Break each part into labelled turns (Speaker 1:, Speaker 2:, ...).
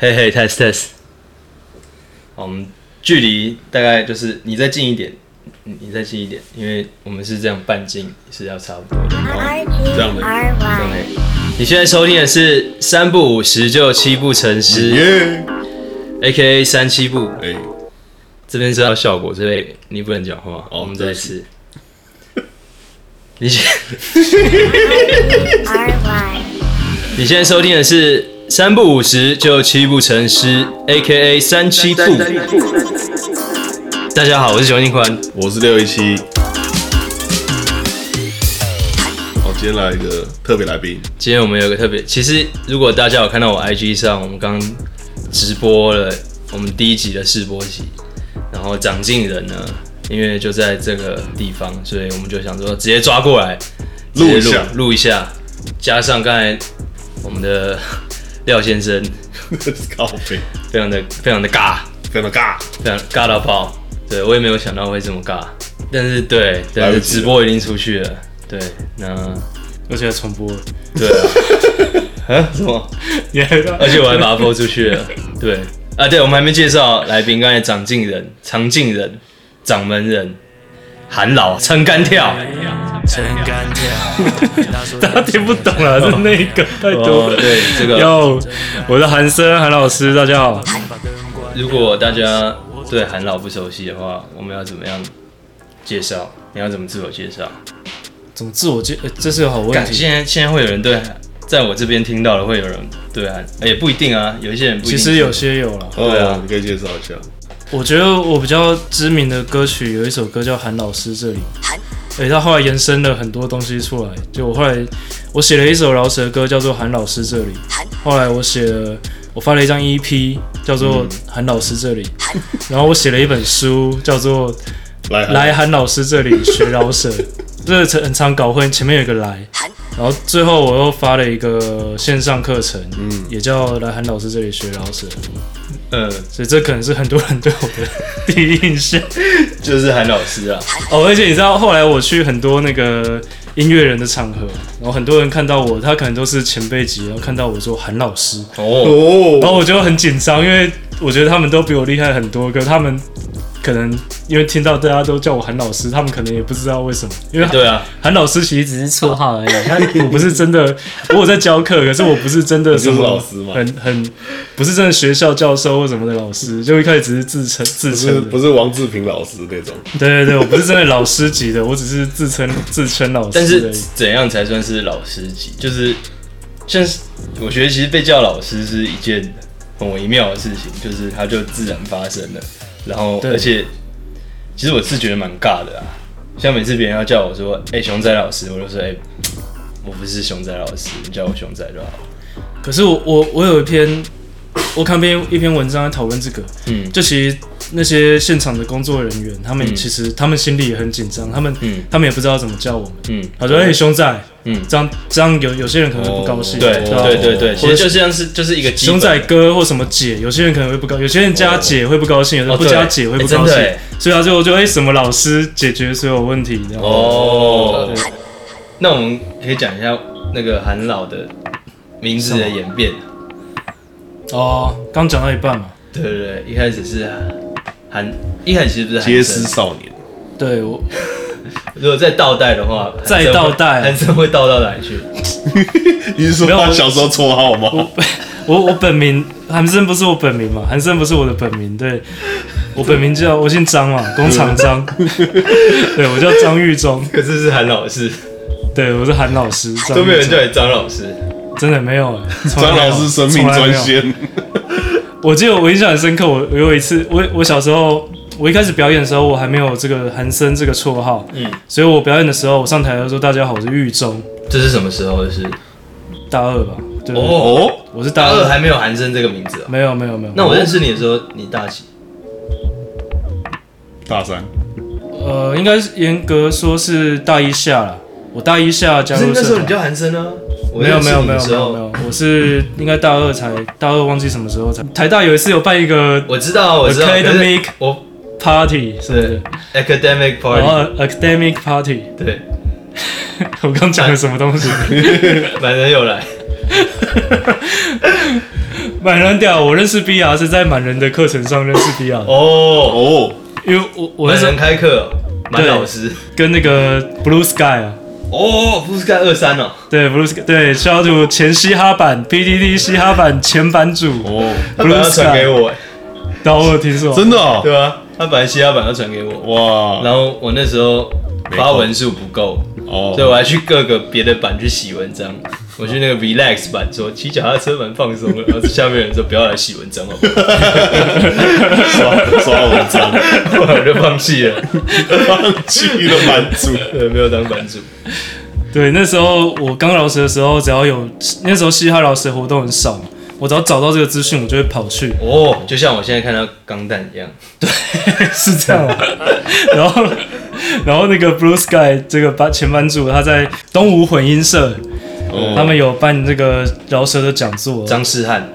Speaker 1: 嘿嘿，test test。好我们距离大概就是你再近一点，你你再近一点，因为我们是这样半径是要差不多的。
Speaker 2: R
Speaker 3: 这
Speaker 2: G
Speaker 3: 样的
Speaker 2: R
Speaker 1: 这样
Speaker 2: Y
Speaker 1: 可以你现在收听的是三不五十就七步成诗
Speaker 3: 耶！
Speaker 1: ，A K A 三七步。
Speaker 3: 哎，
Speaker 1: 这边是要效果，这边你不能讲话。
Speaker 3: 哦
Speaker 1: 我们再一次。你现
Speaker 2: R Y
Speaker 1: 你现在收听的是三不五十就七步成诗，A K A 三七步。大家好，我是熊金宽。
Speaker 3: 我是六一七。好，今天来一个特别来宾，
Speaker 1: 今天我们有个特别，其实如果大家有看到我 IG 上，我们刚直播了我们第一集的试播集，然后长进人呢，因为就在这个地方，所以我们就想说直接抓过来直接
Speaker 3: 录一下
Speaker 1: 录一下，加上刚才我们的廖先生
Speaker 3: 靠背，
Speaker 1: 非常的非常的尬，
Speaker 3: 非常的尬，
Speaker 1: 非常尬到爆，对我也没有想到会这么尬，但是对，
Speaker 3: 来
Speaker 1: 但
Speaker 3: 不
Speaker 1: 是
Speaker 3: 及
Speaker 1: 直
Speaker 3: 了
Speaker 1: 播已经出去了，对，那
Speaker 4: 而且还重播了，
Speaker 1: 对啊，啊什么？
Speaker 4: 你还
Speaker 1: 而且我还把它播出去了。 对啊，对，我们还没介绍来宾，刚才长进人、长进人、掌门人、韩老、撑杆跳，
Speaker 5: 撑杆跳，他说
Speaker 4: 大家听不懂了，是那个太多
Speaker 1: 哦，
Speaker 4: 了。
Speaker 1: 对这个，
Speaker 4: 哟，我是韩生，韩老师，大家好。
Speaker 1: 如果大家对韩老不熟悉的话，我们要怎么样介绍？你要怎么自我介绍？
Speaker 4: 怎么自我介？呃这是个好问
Speaker 1: 感
Speaker 4: 题。
Speaker 1: 现在现在会有人对，在我这边听到了会有人对韩，也不一定啊，有一些人不一
Speaker 4: 其
Speaker 1: 定。
Speaker 4: 实有些有了，
Speaker 1: 对啊
Speaker 3: 哦，你可以介绍一下。
Speaker 4: 我觉得我比较知名的歌曲有一首歌叫《韩老师这里》，诶，他后来延伸了很多东西出来。就我后来我写了一首饶舌歌叫做《韩老师这里》，后来我写了我发了一张 EP 叫做《嗯韩老师这里》，然后我写了一本书叫做
Speaker 3: 来
Speaker 4: 来，韩老师这里学饶舌，这个很常搞混，前面有一个来，然后最后我又发了一个线上课程，也叫来韩老师这里学饶舌，
Speaker 1: 嗯，
Speaker 4: 所以这可能是很多人对我的第一印象
Speaker 1: 就是韩老师啊，
Speaker 4: 哦。而且你知道，后来我去很多那个音乐人的场合，然后很多人看到我，他可能都是前辈级，然后看到我说韩老师，
Speaker 1: 哦，
Speaker 4: 然
Speaker 3: 哦，
Speaker 4: 后我就很紧张，因为我觉得他们都比我厉害很多，可他们。可能因为听到大家都叫我韩老师，他们可能也不知道为什么，因为
Speaker 1: 对啊，
Speaker 4: 韩老师其实只是绰号 而已，他我不是真的，我有在教 课，可是我不是真的什
Speaker 3: 你
Speaker 4: 么
Speaker 3: 就是老师嘛
Speaker 4: 很很不是真的学校教授或什么的老师，就一开始只是自称自
Speaker 3: 不是
Speaker 4: 称的
Speaker 3: 不，是王志平老师那种，
Speaker 4: 对对对，我不是真的老师级的，我只是自称自称老
Speaker 1: 但
Speaker 4: 师
Speaker 1: 是
Speaker 4: 而已。
Speaker 1: 怎样才算是老师级？就是，像是我觉得其实被叫老师是一件很微妙的事情，就是它就自然发生了。然后，
Speaker 4: 对
Speaker 1: 而且其实我是觉得蛮尬的啊。像每次别人要叫我说“哎、熊仔老师”，我就说“哎、我不是熊仔老师，你叫我熊仔就好。
Speaker 4: 可是我我我有一篇，我看篇一篇文章在讨论这个，”
Speaker 1: 嗯，
Speaker 4: 就其实那些现场的工作人员，他
Speaker 1: 嗯
Speaker 4: 们其实、他们心里也很紧张，他们、
Speaker 1: 嗯
Speaker 4: 他们也不知道怎么叫我们。
Speaker 1: 嗯
Speaker 4: 他说：“哎、兄仔，
Speaker 1: 嗯
Speaker 4: 这样这样有有些人可能会不高兴。
Speaker 1: 对
Speaker 4: 吧
Speaker 1: 对对对，其
Speaker 4: 或者
Speaker 1: 实
Speaker 4: 是
Speaker 1: 就像是就是一个基本
Speaker 4: 熊仔哥或什么姐，有些人可能会不高，有些人加姐会不高兴，有的人不
Speaker 1: 哦对
Speaker 4: 加姐会不
Speaker 1: 欸真
Speaker 4: 高
Speaker 1: 的
Speaker 4: 兴，
Speaker 1: 欸
Speaker 4: 所以他最后就哎、什么老师解决所有问题，然后、
Speaker 1: 哦，那我们可以讲一下那个韩老的名字的演变。
Speaker 4: 哦，刚讲到一半嘛，
Speaker 1: 对对对，一开始是韩，一开始其实不是韩
Speaker 3: 街
Speaker 1: 生
Speaker 3: 师少年，
Speaker 4: 对我
Speaker 1: 如果再倒带的话，韩生会
Speaker 4: 再倒带
Speaker 1: 韩生会倒到哪里去？
Speaker 3: 你是说
Speaker 4: 没有
Speaker 3: 他
Speaker 4: 我
Speaker 3: 小时候绰号吗？
Speaker 4: 我我本名韩生不是我本名嘛，韩生不是我的本名，对我本名叫我姓张嘛，工厂 张，对我叫张玉忠，
Speaker 1: 可是是韩老师，
Speaker 4: 对我是韩老师，张
Speaker 1: 都没有人
Speaker 4: 玉忠
Speaker 1: 叫你张老师。
Speaker 4: 真的没有、欸，从来
Speaker 3: 张
Speaker 4: 没有
Speaker 3: 老师生命专。
Speaker 4: 从来没有
Speaker 3: 线，
Speaker 4: 我记得我印象很深刻，我我有一次，我我小时候，我一开始表演的时候，我还没有这个韩森这个绰号，
Speaker 1: 嗯，
Speaker 4: 所以我表演的时候，我上台的时候，大家好，我是玉忠，
Speaker 1: 这是什么时候的事？
Speaker 4: 大二吧，对，
Speaker 1: 哦，
Speaker 4: 我是大
Speaker 1: 大
Speaker 4: 二，
Speaker 1: 二还没有韩生这个名字哦。
Speaker 4: 没有没有没有，
Speaker 1: 那我认识你的时候，你大几？
Speaker 3: 大三，
Speaker 4: 呃，应该是严格说是大一下啦，我大一下加
Speaker 1: 可是
Speaker 4: 入
Speaker 1: 那时
Speaker 4: 社
Speaker 1: 候你
Speaker 4: 团。
Speaker 1: 叫韩生啊。我
Speaker 4: 哦没有
Speaker 1: 认识
Speaker 4: 没有
Speaker 1: 你
Speaker 4: 没
Speaker 1: 的
Speaker 4: 有
Speaker 1: 时
Speaker 4: 没有
Speaker 1: 候
Speaker 4: 没，有，我是应该大二才大二，忘记什么时候才。台大有一次有办一个
Speaker 1: 我知道我知道。可是
Speaker 4: Academic
Speaker 1: 我
Speaker 4: party 什么
Speaker 1: 对
Speaker 4: 的，
Speaker 1: academic
Speaker 4: 然后
Speaker 1: party
Speaker 4: academic party，
Speaker 1: 对，
Speaker 4: 我刚讲了什么东西？
Speaker 1: 满人有来。
Speaker 4: 蛮人屌，我认识 BR 是在满人的课程上认识 BR，的、
Speaker 1: 哦，
Speaker 3: 哦，
Speaker 4: 因为我我
Speaker 1: 我
Speaker 4: 那时候
Speaker 1: 人开课哦蛮老实
Speaker 4: 跟那个 Blue Sky 啊，
Speaker 1: 哦，不是在二三哦，
Speaker 4: 对 Blue Sky 对小组前嘻哈版 PDD 嘻哈版前版主，
Speaker 1: 哦，他
Speaker 4: Blue
Speaker 1: 把它传
Speaker 4: Sky
Speaker 1: 给我，哎
Speaker 4: 然后我有听说，
Speaker 3: 真的哦，
Speaker 1: 对啊，他本来其他版要传给我，
Speaker 3: 哇，
Speaker 1: 然后我那时候发文数不够，
Speaker 3: 哦，
Speaker 1: 所以我还去各个别的版去洗文章。我去那个 relax 版说骑脚踏车蛮放松的，然后下面有人说不要来洗文章好不 好？
Speaker 3: 刷刷文章，
Speaker 1: 我就放弃 了，
Speaker 3: 放弃了满足，
Speaker 1: 对，没有当版主。
Speaker 4: 对，那时候我刚老师的时候，只要有那时候嘻哈老师的活动很少嘛，我只要找到这个资讯，我就会跑去，
Speaker 1: 哦，就像我现在看到钢弹一样，
Speaker 4: 是这样、啊。
Speaker 1: 哦
Speaker 4: 然后，然后那个 Blue Sky 这个班前班主，他在东吴混音社，
Speaker 3: 哦
Speaker 4: 他们有办这个饶舌的讲座。
Speaker 1: 张诗翰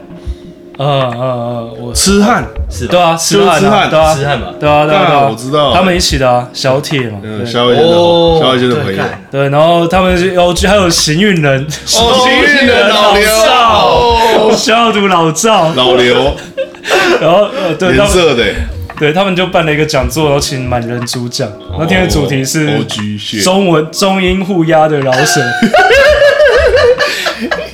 Speaker 4: 啊啊啊！我
Speaker 3: 痴汉，
Speaker 1: 是吧？
Speaker 4: 对啊，
Speaker 3: 是
Speaker 4: 痴汉
Speaker 3: 痴
Speaker 4: 啊，
Speaker 3: 汉
Speaker 4: 对啊，
Speaker 1: 痴汉吧
Speaker 4: 对啊，对啊，对啊
Speaker 3: 干我知道
Speaker 4: 他们一起的啊，小铁嘛，
Speaker 3: 嗯，
Speaker 4: 对
Speaker 3: 夏威夷的
Speaker 1: 哦，
Speaker 3: 夏威夷的
Speaker 1: 对
Speaker 3: 朋友，
Speaker 1: 干
Speaker 4: 对，然后他们是有还有行运人，
Speaker 3: 哦行运人老刘
Speaker 4: 老赵，消毒老赵，
Speaker 3: 老刘，
Speaker 4: 然后呃，对，
Speaker 3: 颜
Speaker 4: 他们
Speaker 3: 色的欸
Speaker 4: 对他们就办了一个讲座，然后请满人主讲。那天的主题是
Speaker 3: 哦 OG 血
Speaker 4: 中文中英互压的饶 舌。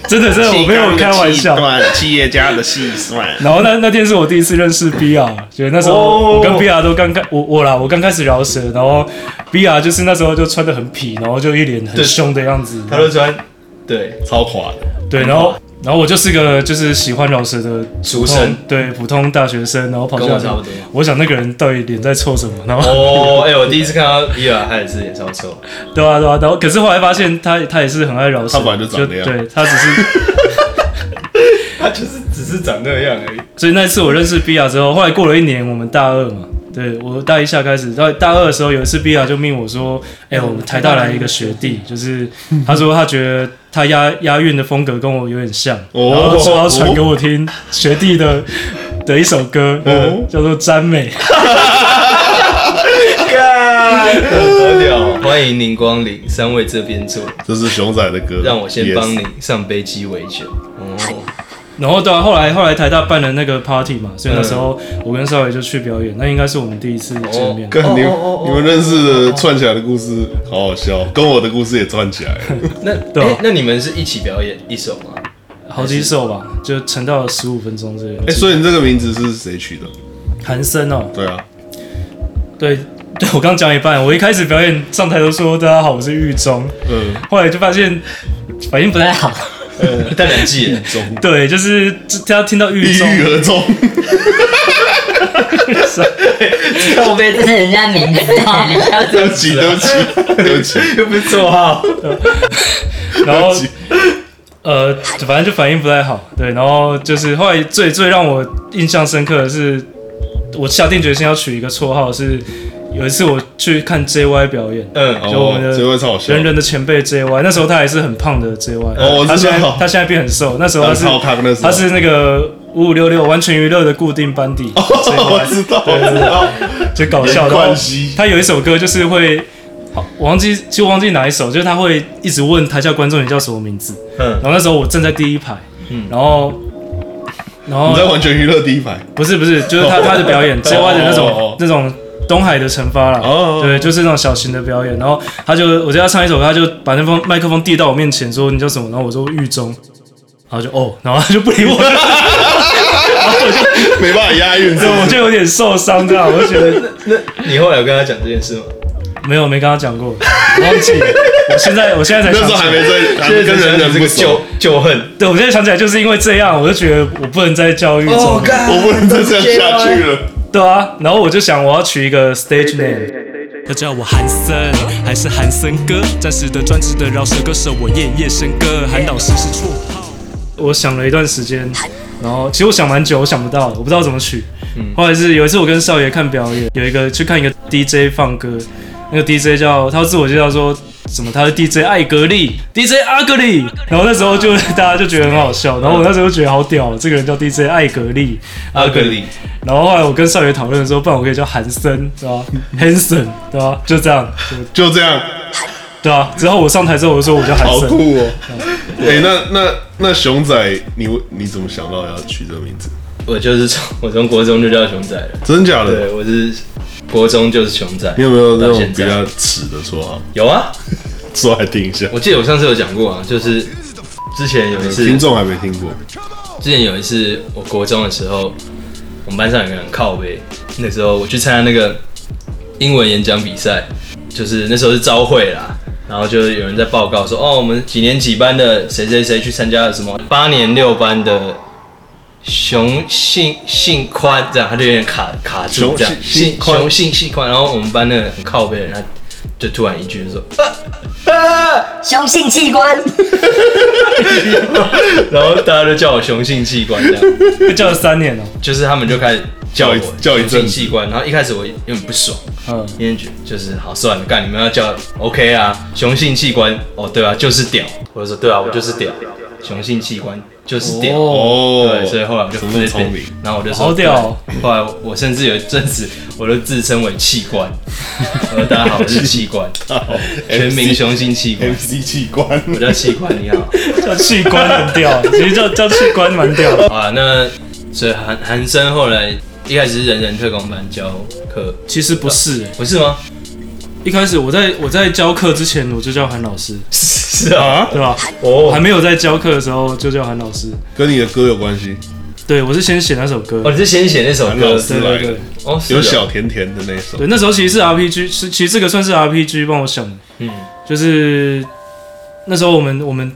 Speaker 4: 真的，真的，我没有开玩笑。
Speaker 3: 段，企业家的细算，
Speaker 4: 然后那那天是我第一次认识 BR，就是那时候
Speaker 1: 哦
Speaker 4: 我跟 BR 都刚开我我啦，我刚开始饶舌，然后 BR 就是那时候就穿的很痞，然后就一脸很
Speaker 1: 对
Speaker 4: 凶的样子，
Speaker 1: 他都穿对
Speaker 3: 超垮的，
Speaker 4: 对，然后然后我就是个就是喜欢饶舌的
Speaker 1: 俗
Speaker 4: 普通
Speaker 1: 生，
Speaker 4: 对普通大学生，然后跑下
Speaker 1: 跟
Speaker 4: 来，
Speaker 1: 我差不多。
Speaker 4: 我想那个人到底脸在臭什么，然后
Speaker 1: 哦，哎，我第一次看到伊尔，他也是脸超臭，
Speaker 4: 对啊，对啊，然后可是后来发现他他也是很爱饶舌，
Speaker 3: 他本来就长那样
Speaker 4: 对他只是，
Speaker 1: 他就是只是长那样而已。
Speaker 4: 所以那次我认识 B 亚之后，后来过了一年，我们大二嘛，对我大一下开始，到大二的时候有一次 B 亚就命我说，哎、我们台大来一个学弟，就是他说他觉得他押押韵的风格跟我有点像，
Speaker 3: 哦
Speaker 4: 然后说要传给我听学弟的的一首歌，
Speaker 3: 哦
Speaker 4: 叫做《詹美》，
Speaker 1: 好屌 哦！欢迎您光临，三位这边坐，
Speaker 3: 这是熊仔的歌，
Speaker 1: 让我先帮
Speaker 3: Yes
Speaker 1: 您上杯鸡尾酒。哦，
Speaker 4: 然后对啊，后来后来台大办了那个 party 嘛，所以那时候我跟少爷就去表演，那应该是我们第一次见面。
Speaker 3: 跟你你们认识的串起来的故事好好笑，跟我的故事也串起来了。
Speaker 1: 那
Speaker 4: 对啊
Speaker 1: 哎那你们是一起表演一首吗？
Speaker 4: 好几首吧，就沉到了十五分钟这个。
Speaker 3: 哎，所以你这个名字是谁取的？
Speaker 4: 韩森哦，
Speaker 3: 对啊，
Speaker 4: 对 对，我刚讲一半，我一开始表演上台都说大家好，我是玉中，
Speaker 3: 嗯，
Speaker 4: 后来就发现反应不太好，
Speaker 1: 淡然记了，
Speaker 3: 中
Speaker 4: 对，就是大家听到
Speaker 3: 一
Speaker 4: 玉中，
Speaker 3: 郁而终，
Speaker 2: 我被这是人家名字啊，你要
Speaker 3: 对不起，对不起，对不起，
Speaker 1: 又不啊是绰号。
Speaker 4: 然后
Speaker 3: 对不起
Speaker 4: 呃，反正就反应不太好，对，然后就是后来最最让我印象深刻的是，我下定决心要取一个绰号是，有一次我去看 JY 表演，
Speaker 1: 嗯，
Speaker 4: 就我们
Speaker 3: 哦，
Speaker 4: 的
Speaker 3: 这位超好笑
Speaker 4: 人，人的前辈 JY，那时候他还是很胖的 JY，、
Speaker 3: 哦我
Speaker 4: 他
Speaker 3: 知
Speaker 4: 现在
Speaker 3: 道
Speaker 4: 他现在变很瘦，那时候他
Speaker 3: 他
Speaker 4: 是
Speaker 3: 超康那时候
Speaker 4: 他是那个五五六六完全娱乐的固定 班底
Speaker 3: 哦我
Speaker 4: ，JY
Speaker 3: 知道，我知道，
Speaker 4: 就搞笑
Speaker 3: 没
Speaker 4: 然后
Speaker 3: 关系
Speaker 4: 他有一首歌就是会，好我忘记就忘记哪一首，就是他会一直问台下观众你叫什么名字，
Speaker 1: 嗯
Speaker 4: 然，后那时候我站在第一排，
Speaker 1: 嗯
Speaker 4: 然后然
Speaker 3: 你
Speaker 4: 后
Speaker 3: 在完全娱乐第一排，
Speaker 4: 不是不是，就是他他的表演 JY 的那
Speaker 3: 哦哦
Speaker 4: 种那种东海的惩罚啦，
Speaker 3: 哦哦
Speaker 4: 对，就是那种小型的表演。然后他就我叫他唱一首歌，他就把那封麦克风递到我面前说你叫什么？然后我说狱中，然后就哦，然后他就不理我，
Speaker 3: 没办法押韵，
Speaker 4: 对，我就有点受伤这样，我就觉得
Speaker 1: 那你后来有跟他讲这件事吗？
Speaker 4: 没有没跟他讲过，忘记了。我现在我现在才
Speaker 3: 那时
Speaker 4: 想
Speaker 3: 候
Speaker 4: 起
Speaker 3: 还没
Speaker 4: 来，
Speaker 3: 在，
Speaker 1: 现在
Speaker 3: 还没跟人人
Speaker 1: 这
Speaker 3: 不
Speaker 1: 个
Speaker 3: 熟
Speaker 1: 旧，旧恨。
Speaker 4: 对我现在想起来就是因为这样，我就觉得我不能再教育中
Speaker 1: Oh
Speaker 4: 了。
Speaker 3: 我不能再这样下去了。
Speaker 4: 对啊，然后我就想我要取一个 stage name，
Speaker 5: 要叫我韩森，还是韩森哥？暂时的、专职的饶舌歌手，我夜夜笙歌。韩老师是绰号。
Speaker 4: 我想了一段时间，然后其实我想蛮久，我想不到，我不知道怎么取。后来是有一次我跟少爷看表演，有一个去看一个 DJ 放歌，那个 DJ 叫他自我介绍说什么他是 DJ 艾格力，DJ 阿格力，然后那时候就大家就觉得很好笑，然后我那时候就觉得好屌，这个人叫 DJ 艾格力，
Speaker 1: 阿格里，
Speaker 4: 然后后来我跟少爷讨论的时候，不然我可以叫韩森，对吧？Hanson，对吧？就这样，
Speaker 3: 就这样，
Speaker 4: 对啊。之后我上台之后，我就说我叫韩
Speaker 3: 好
Speaker 4: 森，
Speaker 3: 酷哦！哎，那那那熊仔，你你怎么想到要取这个名字？
Speaker 1: 我就是从我从国中就叫熊仔了，
Speaker 3: 真假
Speaker 1: 对
Speaker 3: 的？
Speaker 1: 我是国中就是熊仔。
Speaker 3: 嗯你有没有那
Speaker 1: 到
Speaker 3: 种
Speaker 1: 现
Speaker 3: 比
Speaker 1: 在
Speaker 3: 较耻的绰号？
Speaker 1: 有啊？
Speaker 3: 说来听一下，
Speaker 1: 我记得我上次有讲过啊，就是之前有一次，
Speaker 3: 听众还没听过。
Speaker 1: 之前有一次，我国中的时候，我们班上有个人靠背，那时候我去参加那个英文演讲比赛，就是那时候是招会啦，然后就有人在报告说，哦，我们几年几班的谁谁谁去参加了什么八年六班的熊信信宽，这样他就有点卡卡住
Speaker 3: 熊
Speaker 1: 这样，
Speaker 3: 信信宽
Speaker 1: 熊信信宽，然后我们班那个很靠背的人，他就突然一句就说，啊啊
Speaker 2: 雄性器官，
Speaker 1: 然后大家都叫我雄性器官这样。
Speaker 4: 被叫了三年哦、
Speaker 1: 就是他们就开始叫我
Speaker 3: 叫一叫一阵子
Speaker 1: 雄性器官，然后一开始我有点不爽，
Speaker 4: 嗯，
Speaker 1: 因为觉得就是好算了，干你们要叫 OK 啊，雄性器官哦，对啊，就是屌，我就说对啊，我就是屌，雄性器官就是屌。
Speaker 4: 哦
Speaker 3: 哦
Speaker 1: 对，所以后来我就
Speaker 3: 怎么那么
Speaker 1: 被
Speaker 3: 聪明？
Speaker 1: 然后我就说
Speaker 4: 好屌哦
Speaker 1: 对啊后来我甚至有一阵子，我都自称为器 官，我说大家好，我是器官，全民雄性器官，
Speaker 3: MC 器官，
Speaker 1: 我叫器官，你好。
Speaker 4: 叫器官很屌，其实叫叫器官蛮屌的。
Speaker 1: 好啊，那所以韩韩生后来一开始是人人特工班教课，
Speaker 4: 其实不是、欸，
Speaker 1: 不是吗？
Speaker 4: 一开始我在我在教课之前我就叫韩老师，
Speaker 1: 是啊，
Speaker 4: 对吧？我
Speaker 1: 哦
Speaker 4: 还没有在教课的时候就叫韩老师。
Speaker 3: 跟你的歌有关系。
Speaker 4: 对，我是先写那首歌
Speaker 1: 哦，，你是先写那首
Speaker 3: 韩
Speaker 1: 歌
Speaker 3: 老，师
Speaker 4: 对
Speaker 3: 来
Speaker 4: 对
Speaker 3: 了
Speaker 4: 对，
Speaker 1: 哦，是哦
Speaker 3: 有小甜甜的那一首。
Speaker 4: 啊对，那时候其实是 RPG，是其实这个算是 RPG 帮我想的，
Speaker 1: 嗯
Speaker 4: 就是那时候我们我们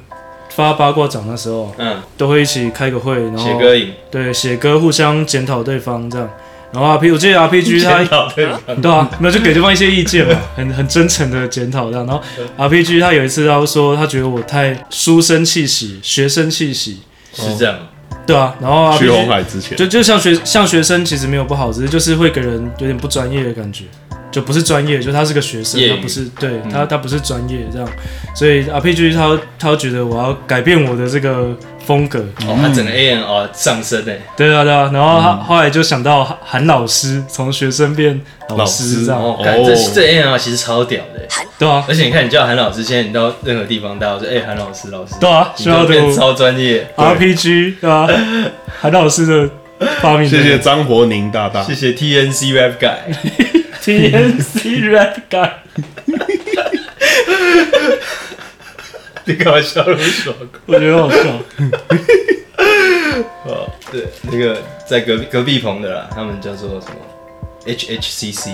Speaker 4: 发八卦掌的时候
Speaker 1: 嗯，
Speaker 4: 都会一起开个会，然后
Speaker 1: 写歌 影，
Speaker 4: 对写歌互相检讨对方这样。然后 R P，我记得 R P G 它
Speaker 1: 检讨哎对方，
Speaker 4: 对啊，没有就给对方一些意见嘛，很很真诚的检讨这样。然后 RPG 他有一次他说他觉得我太书生气息、学生气息，
Speaker 1: 是这样吗，
Speaker 4: 对啊。然后
Speaker 3: 去红
Speaker 4: RPG
Speaker 3: 海之前，
Speaker 4: 就就像学像学生其实没有不好，只是就是会给人有点不专业的感觉，就不是专业，就他是个学生
Speaker 1: 业，余嗯
Speaker 4: 他不是对他他不是专业这样。所以 RPG 他他觉得我要改变我的这个风格，
Speaker 1: 哦，他整个 A N R 上升欸诶，
Speaker 4: 对啊对啊。然后他后来就想到韩老师，从学生变老
Speaker 3: 老
Speaker 4: 师
Speaker 3: 师
Speaker 4: 这样，
Speaker 1: 哦，看
Speaker 3: 哦
Speaker 1: 这这 A N R 其实超屌的欸，
Speaker 4: 对啊
Speaker 1: 而且你看你叫韩老师，现在你到任何地方，大家都说哎韩老师老师，
Speaker 4: 对 啊，
Speaker 1: 你
Speaker 4: 需要
Speaker 1: 就变
Speaker 4: 读。
Speaker 1: 超专业，
Speaker 4: RPG 对吧、韩老师的发明，
Speaker 3: 谢谢张活宁大大
Speaker 1: 谢。谢 T N C Rap Guy。
Speaker 4: TNC Red Guy。
Speaker 1: 你干嘛笑那么爽？
Speaker 4: 我觉得好笑，
Speaker 1: 哦，对，那个在隔壁隔壁棚的啦，他们叫做什么 HHCC，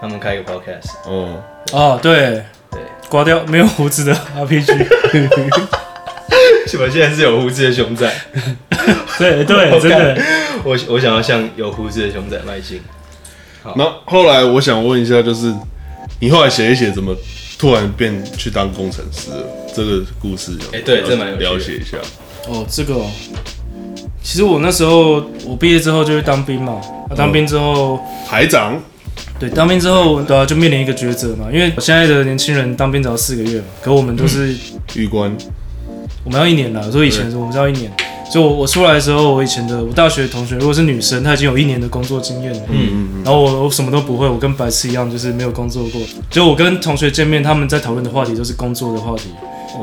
Speaker 1: 他们开一个 podcast，
Speaker 3: 哦，
Speaker 4: 哦，对，
Speaker 1: 对，
Speaker 4: 刮掉没有胡子的 RPG，
Speaker 1: 什么现在是有胡子的熊仔，
Speaker 4: 对对，真的，
Speaker 1: 我我想要向有胡子的熊仔迈进。
Speaker 3: 那后来我想问一下，就是你后来写一写，怎么突然变去当工程师了？这个故事有，
Speaker 1: 哎对这蛮有趣的
Speaker 3: 了解一下。
Speaker 4: 哦，这个、哦，其实我那时候我毕业之后就去当兵嘛，啊、当兵之后，
Speaker 3: 排长，
Speaker 4: 对，当兵之后，对啊，就面临一个抉择嘛，因为现在的年轻人当兵只要四个月嘛，可我们都是、
Speaker 3: 玉官，
Speaker 4: 我们要一年了，所以以前我们是要一年。所以我我出来的时候，我以前的我大学的同学，如果是女生，她已经有一年的工作经验了。嗯，然后我我什么都不会，我跟白痴一样，就是没有工作过。就我跟同学见面，他们在讨论的话题都是工作的话题，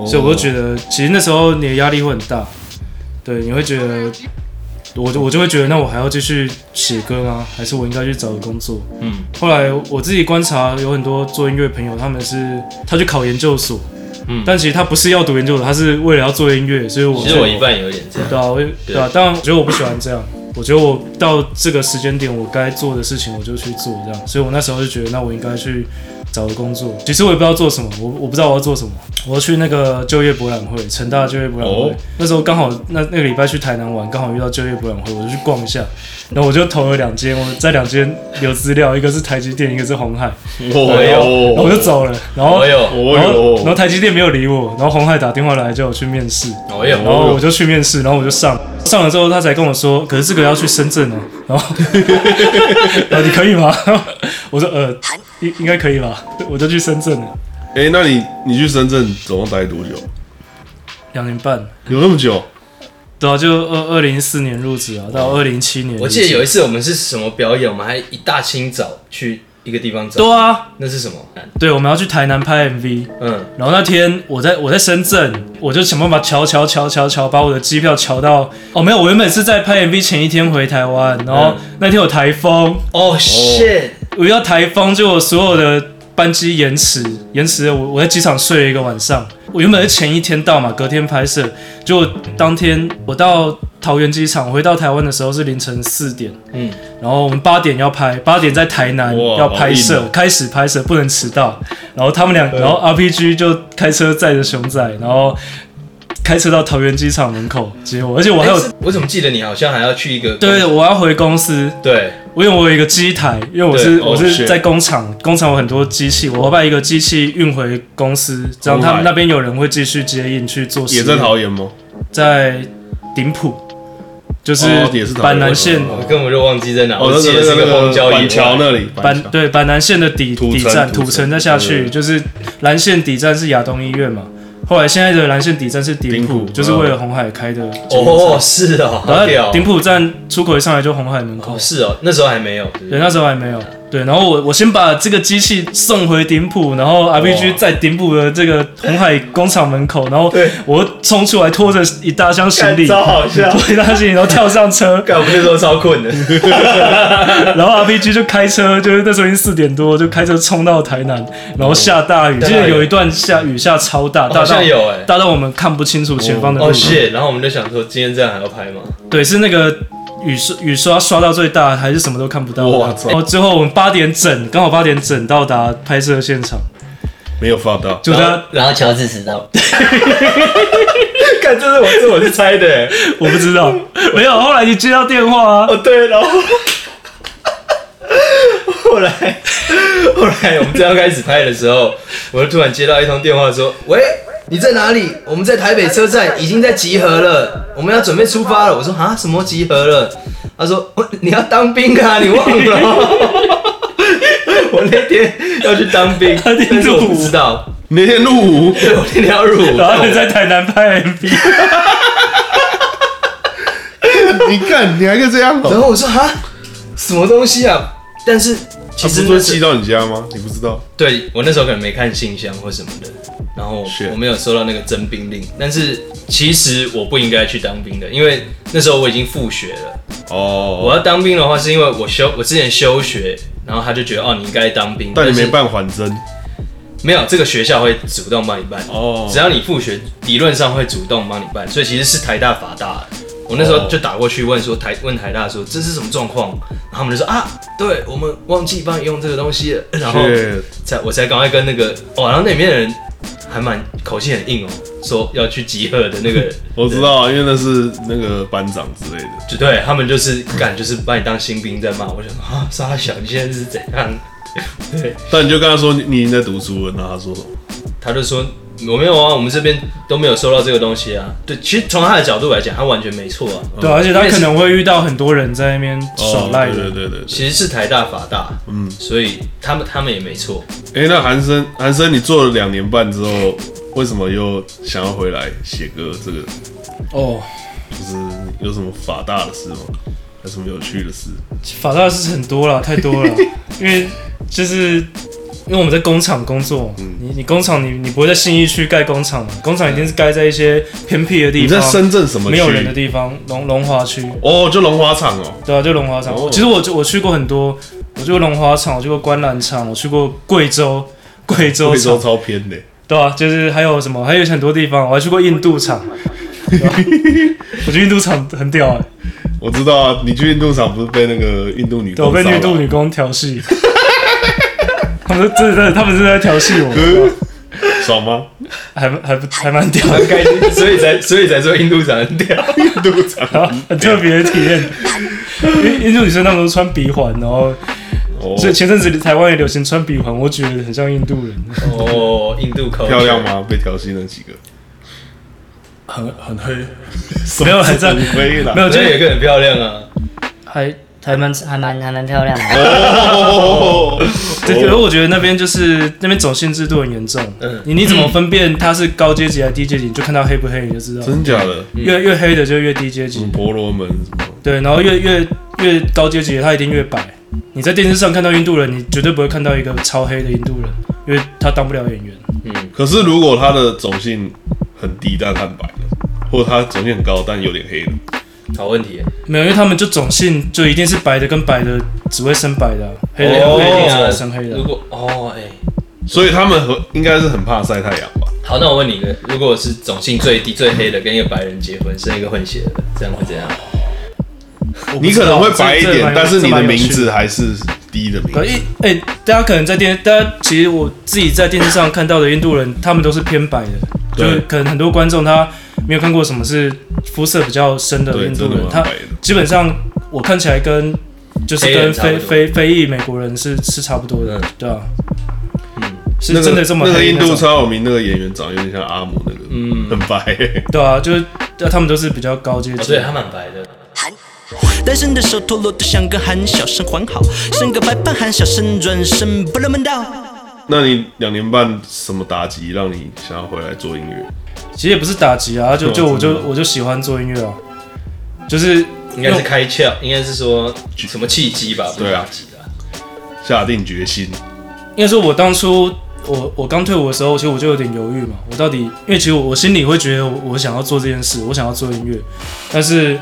Speaker 4: 所以我就觉得，其实那时候你的压力会很大。对，你会觉得，我就我就会觉得，那我还要继续写歌吗？还是我应该去找个工作？嗯。后来我自己观察，有很多做音乐朋友，他们是他去考研究所，嗯，但其实他不是要读研究所，他是为了要做音乐，所以我
Speaker 1: 其实我一半有点这样，
Speaker 4: 对啊，我也对啊，当然，我觉得我不喜欢这样。我觉得我到这个时间点，我该做的事情我就去做，这样。所以我那时候就觉得，那我应该去找个工作。其实我也不知道做什么，我我不知道我要做什么。我要去那个就业博览会，成大就业博览会。
Speaker 3: 哦
Speaker 4: 那时候刚好那那个礼拜去台南玩，刚好遇到就业博览会，我就去逛一下。然后我就投了两间，我在两间留资料，一个是台积电，一个是红海。
Speaker 3: 哦
Speaker 1: 哎
Speaker 4: 然哎后我就，走了。然后
Speaker 1: 我有
Speaker 3: 哦
Speaker 4: 然后然后
Speaker 3: 哟，
Speaker 4: 台积电没有理我，然后红海打电话来叫我去面试。
Speaker 1: 我哎哦有，
Speaker 4: 然后我就去面试，然后我就上，上了之后他才跟我说，可是这个要去深圳哦，然后， 然后你可以吗？ 我说呃，应应该可以吧，我就去深圳了，
Speaker 3: 哎，那你你去深圳总共待多久？
Speaker 4: 两年半，
Speaker 3: 有那么久？
Speaker 4: 对啊，就二二零一四年入职啊，到二零一七年入职，
Speaker 1: 我记得有一次我们是什么表演，我们还一大清早去一个地方找，
Speaker 4: 对啊，
Speaker 1: 那是什么？
Speaker 4: 对，我们要去台南拍 MV，
Speaker 1: 嗯，
Speaker 4: 然后那天我在我在深圳，我就想办法瞧瞧瞧瞧瞧，把我的机票瞧到哦，没有，我原本是在拍 MV 前一天回台湾，然后那天有台风，
Speaker 1: 哦、shit，
Speaker 4: 我遇到台风，就我所有的班机延迟，延迟了我我在机场睡了一个晚上。我原本是前一天到嘛，隔天拍摄，就当天我到桃园机场，回到台湾的时候是凌晨四点，
Speaker 1: 嗯，
Speaker 4: 然后我们八点要拍，八点在台南
Speaker 3: 哇
Speaker 4: 要拍
Speaker 3: 好
Speaker 4: 摄
Speaker 3: 硬哦，
Speaker 4: 开始拍摄不能迟到。然后他们俩，然后 RPG 就开车载着熊仔，然后开车到桃园机场门口接我，而且我还有
Speaker 1: 哎是我怎么记得你好像还要去一个
Speaker 4: 对，我要回公司，
Speaker 1: 对，
Speaker 4: 因为我有一个机台，因为我是、
Speaker 3: 对
Speaker 4: 我
Speaker 3: 哦
Speaker 4: 是
Speaker 3: 是
Speaker 4: 在工厂，工厂有很多机器，我要把一个机器运回公司，这样
Speaker 3: 红海
Speaker 4: 他们那边有人会继续接应去做
Speaker 3: Oh
Speaker 4: 实
Speaker 3: 也
Speaker 4: 验。
Speaker 3: 在桃园吗？
Speaker 4: 在顶埔，就是
Speaker 3: 哦也哦是桃园
Speaker 4: 板南线
Speaker 1: 我根本就忘记在哪，
Speaker 3: 哦，
Speaker 1: 啊我
Speaker 3: 那
Speaker 1: 记得
Speaker 3: 个
Speaker 1: 是
Speaker 3: 那
Speaker 1: 个荒
Speaker 3: 个
Speaker 1: 郊
Speaker 3: 那个
Speaker 1: 野
Speaker 3: 板桥
Speaker 1: 外。
Speaker 3: 那里，
Speaker 4: 板
Speaker 3: 桥
Speaker 4: 对板南线的底
Speaker 3: 土
Speaker 4: 底
Speaker 3: 城
Speaker 4: 站，
Speaker 3: 土
Speaker 4: 土
Speaker 3: 城
Speaker 4: 城再下去
Speaker 3: 对
Speaker 4: 就是蓝线底站是亚东医院嘛，后来现在的蓝线底站是顶
Speaker 3: 顶嗯
Speaker 4: 埔，
Speaker 3: 埔
Speaker 4: 就是为了红海开的。
Speaker 1: 哦，是哦，
Speaker 4: 然
Speaker 1: 好屌
Speaker 4: 后
Speaker 1: 哦
Speaker 4: 顶埔站出口一上来就红海门口
Speaker 1: 哦，，是哦，那时候还没有，对不
Speaker 4: 对，
Speaker 1: 对
Speaker 4: 那时候还没有。对，然后我我先把这个机器送回顶埔，然后 RPG 在顶埔的这个红海工厂门口，然后
Speaker 1: 对
Speaker 4: 我冲出来拖着一大箱行李，
Speaker 1: 干超好笑
Speaker 4: 拖一大箱行李，然后跳上车，
Speaker 1: 干我们那时候超困 的，
Speaker 4: 然后 RPG 就开车，就是那时候已经四点多，就开车冲到台南，然后下大雨，
Speaker 1: 哦下大
Speaker 4: 记
Speaker 1: 雨
Speaker 4: 得有一段下雨下超大，大
Speaker 1: 好
Speaker 4: 到
Speaker 1: 像有哎、
Speaker 4: 大到我们看不清楚前方的路。
Speaker 1: 哦 shit，然后我们就想说今天这样还要拍吗？
Speaker 4: 对，是那个雨刷雨刷刷到最大，还是什么都看不到。
Speaker 3: 哇操
Speaker 4: 然后最后我们八点整，刚好八点整到达拍摄现场，
Speaker 3: 没有放到，
Speaker 4: 就
Speaker 1: 然
Speaker 4: 他
Speaker 1: 后
Speaker 2: 然后乔治迟 到，
Speaker 1: 看这是我这我是猜的、欸，
Speaker 4: 我不知道，没有。后来你接到电话啊，
Speaker 1: 哦对，然后后来后来我们正要开始拍的时候，我就突然接到一通电话说，喂，你在哪里？我们在台北车站已经在集合了，我们要准备出发了。我说啊，什么集合了？他说哦你要当兵啊，你忘了？ 我那天要去当兵，
Speaker 4: 他听
Speaker 1: 但是我不
Speaker 4: 入伍
Speaker 1: 知道，
Speaker 3: 那天 入伍，
Speaker 1: 对我那天要入伍，
Speaker 4: 然
Speaker 1: 但
Speaker 4: 后
Speaker 1: 我
Speaker 4: 你在台南拍 MV，
Speaker 3: 你看你还可以这样哦，
Speaker 1: 然后我说哈，什么东西啊？但是其
Speaker 3: 他不
Speaker 1: 实
Speaker 3: 是
Speaker 1: 那
Speaker 3: 会
Speaker 1: 是
Speaker 3: 寄到你家吗？你不知道，
Speaker 1: 对我那时候可能没看信箱或什么的，然后
Speaker 3: 是
Speaker 1: 我没有收到那个征兵令。但是其实我不应该去当兵的，因为那时候我已经复学了。我
Speaker 3: 哦，
Speaker 1: 要当兵的话，是因为我休我之前休学，然后他就觉得哦你应该当兵，
Speaker 3: 但你没
Speaker 1: 是
Speaker 3: 办还真，
Speaker 1: 没有这个学校会主动帮你办
Speaker 3: 哦
Speaker 1: 只要你复学，理论上会主动帮你办，所以其实是台大法大的。我那时候就打过去问说台问台大说这是什么状况，然后他们就说啊，对我们忘记帮你用这个东西了，然后
Speaker 3: Shit
Speaker 1: 才我才赶快跟那个哦，然后那里面的人还蛮口气很硬哦，说要去集合的那个 人，
Speaker 3: 我知道，因为那是那个班长之类的。
Speaker 1: 就对他们就是干就是把你当新兵在骂，我想说啊，沙小你现在是怎样？ 对，
Speaker 3: 但你就跟他说你你已经在读书了，然后他说什么？
Speaker 1: 他就说我没有啊，我们这边都没有收到这个东西啊。对，其实从他的角度来讲，他完全没错啊。
Speaker 4: 对啊，而且他可能会遇到很多人在那边耍赖
Speaker 3: 哦对
Speaker 4: 的。
Speaker 3: 对对对。
Speaker 1: 其实是台大法大，
Speaker 3: 嗯
Speaker 1: 嗯，所以他们他们也没错。
Speaker 3: 哎、那韩生，韩生，你做了两年半之后，为什么又想要回来写歌？这个
Speaker 4: 哦，
Speaker 3: 就是有什么法大的事吗？还是什么有趣的事？
Speaker 4: 法大的事很多了，太多了，因为就是。因为我们在工厂工作嘛，
Speaker 3: 嗯
Speaker 4: 你你工厂你你不会在信义区盖工厂嘛？工厂一定是盖在一些偏僻的地
Speaker 3: 你
Speaker 4: 方，
Speaker 3: 在深圳什么区？
Speaker 4: 没有人的地方，龙龙华区，
Speaker 3: 哦，就龙华厂哦。
Speaker 4: 对啊，就龙华厂。
Speaker 3: 哦
Speaker 4: 其实我就我去过很多，我去过龙华厂，我去过观澜厂，我去过贵州，贵州
Speaker 3: 贵州
Speaker 4: 厂，
Speaker 3: 超偏的，
Speaker 4: 对啊，就是还有什么，还有很多地方，我还去过印度厂。对啊 我觉得印度厂很屌哎、
Speaker 3: 我知道啊。你去运动场不是被那个印度女工
Speaker 4: 对我被
Speaker 3: 骚
Speaker 4: 印
Speaker 3: 扰
Speaker 4: 度女工调戏， 他们真的真的，他们是在调戏我，
Speaker 3: 爽吗？
Speaker 4: 还还不还蛮屌的，
Speaker 1: 很开
Speaker 3: 嗯
Speaker 1: 心，所以才所以才说印度长很屌。
Speaker 3: 印度场
Speaker 4: 然后很特别的体验。因为印度女生她们都穿鼻环，然后
Speaker 3: 哦，
Speaker 4: 所以前阵子台湾也流行穿鼻环，我觉得很像印度人，
Speaker 1: 哦，印度口
Speaker 3: 漂亮？吗？被调戏那 几个，
Speaker 4: 很很黑，没有很 在
Speaker 3: 很灰啦
Speaker 4: 没有
Speaker 1: 我觉
Speaker 4: 就
Speaker 1: 得有一个很漂亮啊，
Speaker 4: 还
Speaker 2: 还蛮还蛮还蛮漂亮的。
Speaker 3: 哦，
Speaker 4: 对，可是我觉得那边就是那边种姓制度很严重，
Speaker 1: 嗯
Speaker 4: 你你怎么分辨他是高阶级还是低阶级？你就看他黑不黑，你就知道，
Speaker 3: 真假的？
Speaker 4: 越越黑的就越低阶
Speaker 3: 什
Speaker 4: 级
Speaker 3: 么，婆罗门什么？
Speaker 4: 对，然后越越越高阶级的他一定越白，你在电视上看到印度人，你绝对不会看到一个超黑的印度人，因为他当不了演员。
Speaker 3: 可是如果他的种性很低但很白的，或者他种性很高但有点黑的，
Speaker 1: 好问题耶，
Speaker 4: 没有，因为他们就种姓就一定是白的跟白的只会生白的啊、黑的
Speaker 1: 哦
Speaker 4: 跟黑的只会生黑的啊、
Speaker 1: 如果哦，哎、
Speaker 3: 所以他们很应该是很怕晒太阳吧？
Speaker 1: 好，那我问你一个，如果是种姓最低最黑的跟一个白人结婚，生一个混血的，这样会怎样？
Speaker 4: 哦我不
Speaker 3: 你
Speaker 4: 知
Speaker 3: 可
Speaker 4: 道
Speaker 3: 能会白一
Speaker 4: 这这
Speaker 3: 点
Speaker 4: 蛮，有
Speaker 3: 但是你
Speaker 4: 这
Speaker 3: 的
Speaker 4: 蛮有
Speaker 3: 名
Speaker 4: 趣
Speaker 3: 字还是低的名
Speaker 4: 可
Speaker 3: 字。
Speaker 4: 一哎、大家可能在电，大家其实我自己在电视上看到的印度人，他们都是偏白的，就
Speaker 3: 对
Speaker 4: 是可能很多观众他没有看过什么是肤色比较深的
Speaker 3: 对
Speaker 4: 印度
Speaker 3: 真的
Speaker 4: 人，
Speaker 3: 蛮
Speaker 4: 他
Speaker 3: 白的
Speaker 4: 基本上我看起来跟就是
Speaker 1: 黑人
Speaker 4: 跟
Speaker 1: 差不
Speaker 4: 非
Speaker 1: 多
Speaker 4: 非非裔美国人是是差不多的
Speaker 1: 嗯，
Speaker 4: 对啊，
Speaker 1: 嗯
Speaker 4: 是
Speaker 3: 那个
Speaker 4: 真的这么
Speaker 3: 那个
Speaker 4: 黑
Speaker 3: 印
Speaker 4: 种
Speaker 3: 度超有名，那个演员长得有点像阿姆那个，
Speaker 1: 嗯
Speaker 3: 很白、
Speaker 4: 对啊，就是对啊他们都是比较高阶
Speaker 3: 啊
Speaker 1: 哦，
Speaker 4: 级
Speaker 1: 对，他
Speaker 4: 的，
Speaker 1: 蛮白的。
Speaker 6: 单身的手脱落的像个韩，小声喊好，伸个白胖喊，小声转身，不冷门道。
Speaker 3: 那你两年半什么打击让你想要回来做音乐？
Speaker 4: 其实也不是打击啊，就就我就我就喜欢做音乐啊，就是
Speaker 1: 应该是开窍，应该是说什么契机吧？
Speaker 3: 对啊
Speaker 1: 不是打击啦
Speaker 3: 下定决心，
Speaker 4: 应该说，我当初我我刚退伍的时候，其实我就有点犹豫嘛，我到底因为其实我心里会觉得我我想要做这件事，我想要做音乐，但是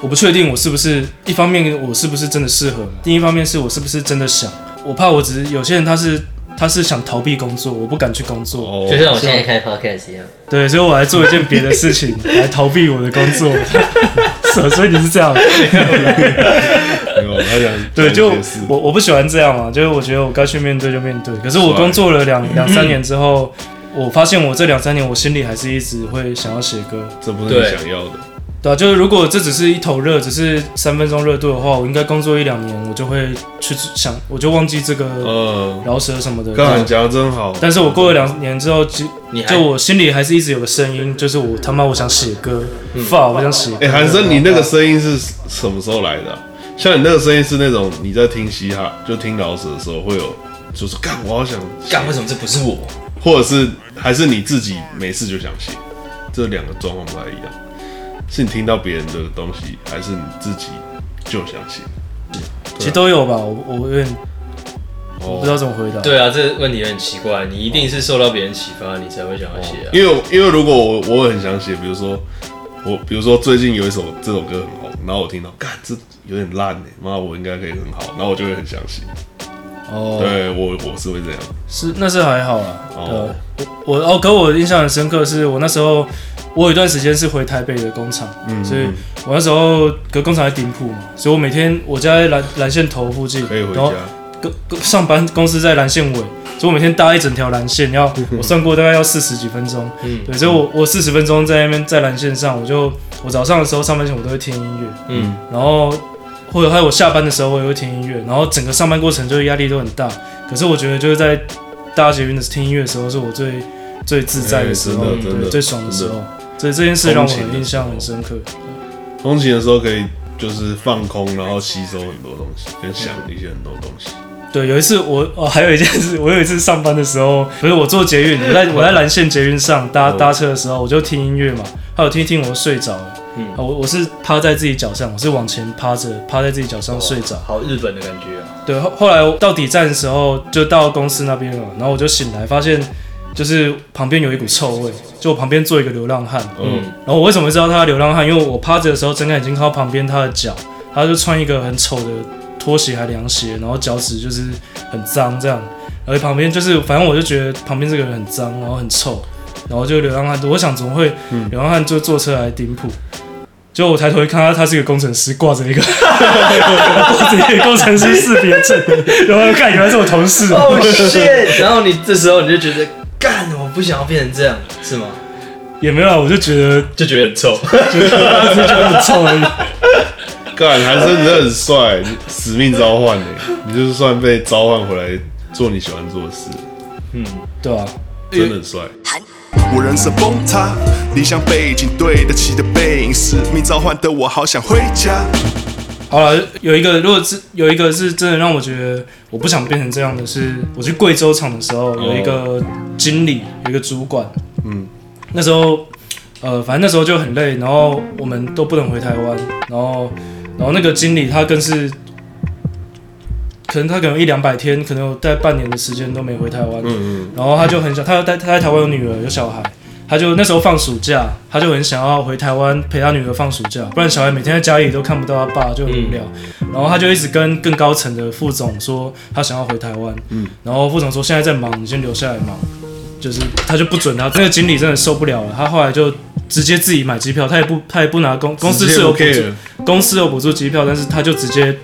Speaker 4: 我不确定我是不是一方面我是不是真的适合，另一方面是我是不是真的想，我怕我只是有些人他是他是想逃避工作，我不敢去工作，
Speaker 3: 哦
Speaker 1: 就像我
Speaker 2: 现在
Speaker 1: 现在
Speaker 2: 开 podcast 一样，
Speaker 4: 对，所以我来做一件别的事情来逃避我的工作， 是啊所以你是这样。
Speaker 3: 没有他想
Speaker 4: 对，就
Speaker 3: 做一些事
Speaker 4: 我我不喜欢这样嘛，就是我觉得我该去面对就面对。可是我
Speaker 3: 是啊
Speaker 4: 工作 了两两三年之后，我发现我这两三年我心里还是一直会想要写歌，
Speaker 3: 这不是你想要的，
Speaker 4: 对啊，就是如果这只是一头热，只是三分钟热度的话，我应该工作一两年，我就会去想，我就忘记这个
Speaker 3: 呃，
Speaker 4: 饶舌什么的。
Speaker 3: 刚才讲的真好，
Speaker 4: 但是我过了两年之后，就
Speaker 1: 你还
Speaker 4: 就我心里还是一直有个声音，就是我他妈我想写歌，fuck，我想写歌。
Speaker 3: 哎、韩生，你那个声音是什么时候来的啊、像你那个声音是那种你在听嘻哈，就听饶舌的时候会有，就是干，我好想，
Speaker 1: 干，为什么这不是我？
Speaker 3: 或者是还是你自己没事就想写，这两个状况不太一样。是你听到别人的东西，还是你自己就想写？
Speaker 4: 其实都有吧，我我有点
Speaker 3: 啊哦
Speaker 4: 不知道怎么回答。
Speaker 1: 对啊，这个问题很奇怪，你一定是受到别人启发，你才会想要写啊。
Speaker 3: 哦因为因为如果我我很想写，比如说我比如说最近有一首这首歌很红，然后我听到，干这有点烂哎，妈我应该可以很好，然后我就会很想写。
Speaker 4: 哦，
Speaker 3: 对我我是会这样，
Speaker 4: 是，那是还好啦。
Speaker 3: 哦
Speaker 4: 对啊，我我哦，可我印象很深刻，是我那时候我有一段时间是回台北的工厂，
Speaker 3: 嗯
Speaker 4: 所以我那时候隔工厂在顶埔嘛，所以我每天我家在蓝蓝线头附近，
Speaker 3: 可以回
Speaker 4: 然后
Speaker 3: 家。
Speaker 4: 公公上班公司在蓝线尾，所以我每天搭一整条蓝线， 要我算过大概要四十几分钟，
Speaker 1: 嗯
Speaker 4: 对，所以我我四十分钟在那边在蓝线上，我就我早上的时候上班前我都会听音乐，
Speaker 1: 嗯，
Speaker 4: 然后或者还有我下班的时候我也会听音乐，然后整个上班过程就是压力都很大，可是我觉得就是在搭捷运的听音乐的时候是我最最自在的时候，
Speaker 3: 哎真的真
Speaker 4: 对，
Speaker 3: 的
Speaker 4: 最爽的时候
Speaker 3: 真，
Speaker 4: 所以这件事让我很
Speaker 3: 通勤的时候
Speaker 4: 印象很深刻。
Speaker 3: 通勤的时候可以就是放空，然后吸收很多东西，跟想一些很多东西。
Speaker 4: 对，有一次我哦，还有一件事，我有一次上班的时候，不是我坐捷运，我在我在蓝线捷运上搭搭车的时候，我就听音乐嘛，还有听一听我就睡着了。嗯，我我是趴在自己脚上，我是往前趴着，趴在自己脚上嗯睡着。
Speaker 1: 好日本的感觉啊。
Speaker 4: 对，后后来我到底站的时候，就到公司那边了，然后我就醒来，发现就是旁边有一股臭味，就我旁边坐一个流浪汉。
Speaker 1: 嗯，
Speaker 4: 然后我为什么知道他是流浪汉？因为我趴着的时候睁开眼睛看到旁边他的脚，他就穿一个很丑的拖鞋还凉鞋，然后脚趾就是很脏这样。而旁边就是，反正我就觉得旁边这个人很脏，然后很臭，然后就流浪汉。我想怎么会 流浪汉就坐车来顶埔？结果我抬头一看他，他是一个工程师，挂着一个 挂着一个工程师识别证，然后又看原来是我同事、 啊。
Speaker 1: 哦 shit！然后 你这时候你就觉得，干，我不想要变成这样，是吗？
Speaker 4: 也没有啊，我就觉得
Speaker 1: 就觉得很臭。
Speaker 4: 就觉得很臭而已。
Speaker 3: 干，韩生你真的很帅，你使命召唤呢，你就是算被召唤回来做你喜欢做的事，
Speaker 4: 对啊，
Speaker 3: 真的很帅。
Speaker 7: 我人生崩塌，理想背景对得起的背影，使命召唤的我好想回家。
Speaker 4: 好了，有一个，如果是有一个是真的让我觉得我不想变成这样的是，我去贵州厂的时候，有一个经理，有一个主管，嗯，那时候，呃，反正那时候就很累，然后我们都不能回台湾，然后，然后那个经理他更是可能他可能有一两百天，可能有在半年的时间都没回台湾，然后他就很想，他在他在台湾有女儿有小孩，他就那时候放暑假，他就很想要回台湾陪他女儿放暑假，不然小孩每天在家里都看不到他爸，就很无聊。然后他就一直跟更高层的副总说他想要回台湾，然后副总说现在在忙，你先留下来忙，就是他就不准他。那个经理真的受不了了，他后来就直接自己买机票，他也不他也不拿公公司
Speaker 3: 直接
Speaker 4: 是有
Speaker 3: 不
Speaker 4: 补助
Speaker 3: care，
Speaker 4: 公司有补助机票，但是他就直接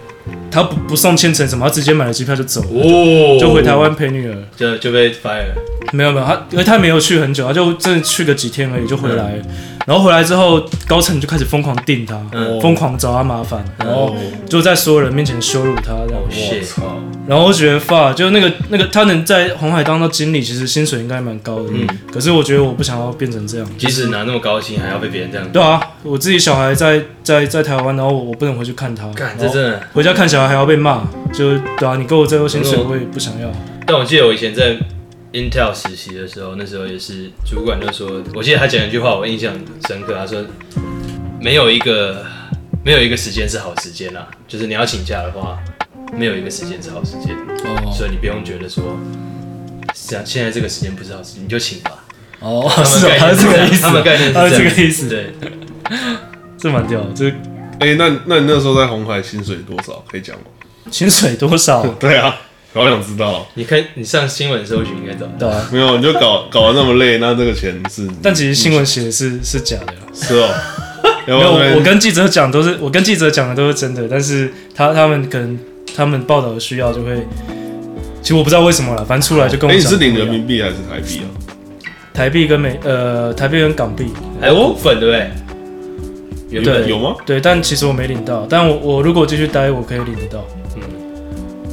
Speaker 4: 他不不送千层什么，他直接买了机票就走了。
Speaker 1: 哦
Speaker 4: 就回台湾陪女儿，
Speaker 1: 就就被 fire 了。
Speaker 4: 没有没有，他因为他没有去很久，他就真的去个几天而已就回来了。
Speaker 3: 嗯
Speaker 4: 然后回来之后，高层就开始疯狂定他，
Speaker 3: 嗯
Speaker 4: 疯、狂找他麻烦，然后
Speaker 3: 哦
Speaker 4: 就在所有人面前羞辱他这样。
Speaker 1: 谢
Speaker 3: 我操，
Speaker 4: 然后我觉得发就那个那个，他能在红海当到经理，其实薪水应该蛮高的。
Speaker 1: 嗯
Speaker 4: 可是我觉得我不想要变成这样。
Speaker 1: 即使拿那么高薪，还要被别人这样
Speaker 4: 对啊，我自己小孩在在在台湾，然后我我不能回去看他，
Speaker 1: 干，这真的。
Speaker 4: 回家看小孩还要被骂，就对啊，你给我最后薪
Speaker 1: 嗯
Speaker 4: 水，我也不想要。
Speaker 1: 但我记得我以前在 Intel 实习的时候，那时候也是主管就说，我记得他讲一句话，我印象很深刻，他说没有一个没有一个时间是好时间啦，就是你要请假的话，没有一个时间是好时间，
Speaker 4: 哦
Speaker 1: 所以你不用觉得说。是啊，现在这个时间不是好时间，你就请吧。
Speaker 4: 哦，
Speaker 1: 他们
Speaker 4: 是
Speaker 1: 概
Speaker 4: 啊，
Speaker 1: 念
Speaker 4: 是这个意思，
Speaker 1: 他们概念是
Speaker 4: 他是
Speaker 1: 这
Speaker 4: 这
Speaker 1: 样
Speaker 4: 个意思，
Speaker 1: 对，
Speaker 4: 这蛮屌的。这
Speaker 3: 哎，那那你那时候在红海薪水多少？可以讲吗？
Speaker 4: 薪水多少？
Speaker 3: 对啊，好想知道。
Speaker 1: 你看你上新闻搜寻应该找得到。
Speaker 4: 对啊，
Speaker 3: 没有，你就搞搞得那么累，那这个钱是你？
Speaker 4: 但其实新闻写的是 是假的啦。
Speaker 3: 是哦，要
Speaker 4: 没
Speaker 3: 不
Speaker 4: 有，
Speaker 3: 要
Speaker 4: 我我跟记者讲都是，我跟记者讲的都是真的，但是他他们可能他们报道的需要就会，其实我不知道为什么了，反正出来就跟
Speaker 3: 哎，
Speaker 4: 我
Speaker 3: 你
Speaker 4: 讲
Speaker 3: 是
Speaker 4: 不一
Speaker 3: 领
Speaker 4: 样。
Speaker 3: 人民币还是台币啊？
Speaker 4: 台币跟美呃台币跟港币，
Speaker 1: 还有
Speaker 4: 哦
Speaker 1: 股份对不对？
Speaker 3: 有
Speaker 1: 原本
Speaker 3: 有吗？
Speaker 4: 对，但其实我没领到，但我我如果继续待，我可以领得到。嗯，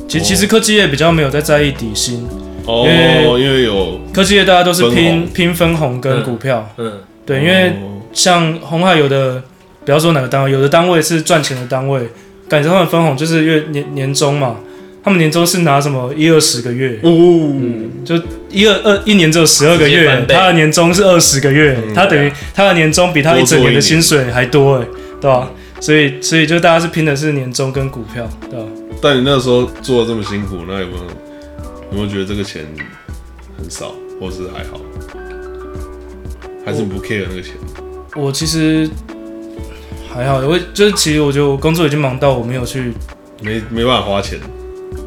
Speaker 4: 其实其实科技业比较没有在在意底薪，
Speaker 3: 哦，
Speaker 4: 因
Speaker 3: 因为有
Speaker 4: 科技业大家都是
Speaker 3: 分
Speaker 4: 拼
Speaker 3: 红
Speaker 4: 拼分红跟
Speaker 1: 嗯
Speaker 4: 股票，
Speaker 1: 嗯，
Speaker 4: 对，因为
Speaker 3: 哦
Speaker 4: 像红海有的，不要说哪个单位，有的单位是赚钱的单位，感觉他们分红就是月年年终嘛，他们年终是拿什么一二十个月，就一二二一年只有十二个
Speaker 1: 直接
Speaker 4: 月
Speaker 1: 翻，倍
Speaker 4: 他的年终是二十个月，他等于他的年终比他一整
Speaker 3: 多
Speaker 4: 年的
Speaker 3: 做一年
Speaker 4: 薪水还多哎，对吧、所以所以就大家是拼的是年终跟股票，对吧、
Speaker 3: 但你那时候做的这么辛苦，那有没有有没有觉得这个钱很少，或是还好？还是你不
Speaker 4: 哦
Speaker 3: care 那个钱？
Speaker 4: 我其实还好，我就是其实我觉得我工作已经忙到我没有去
Speaker 3: 没没办法花钱，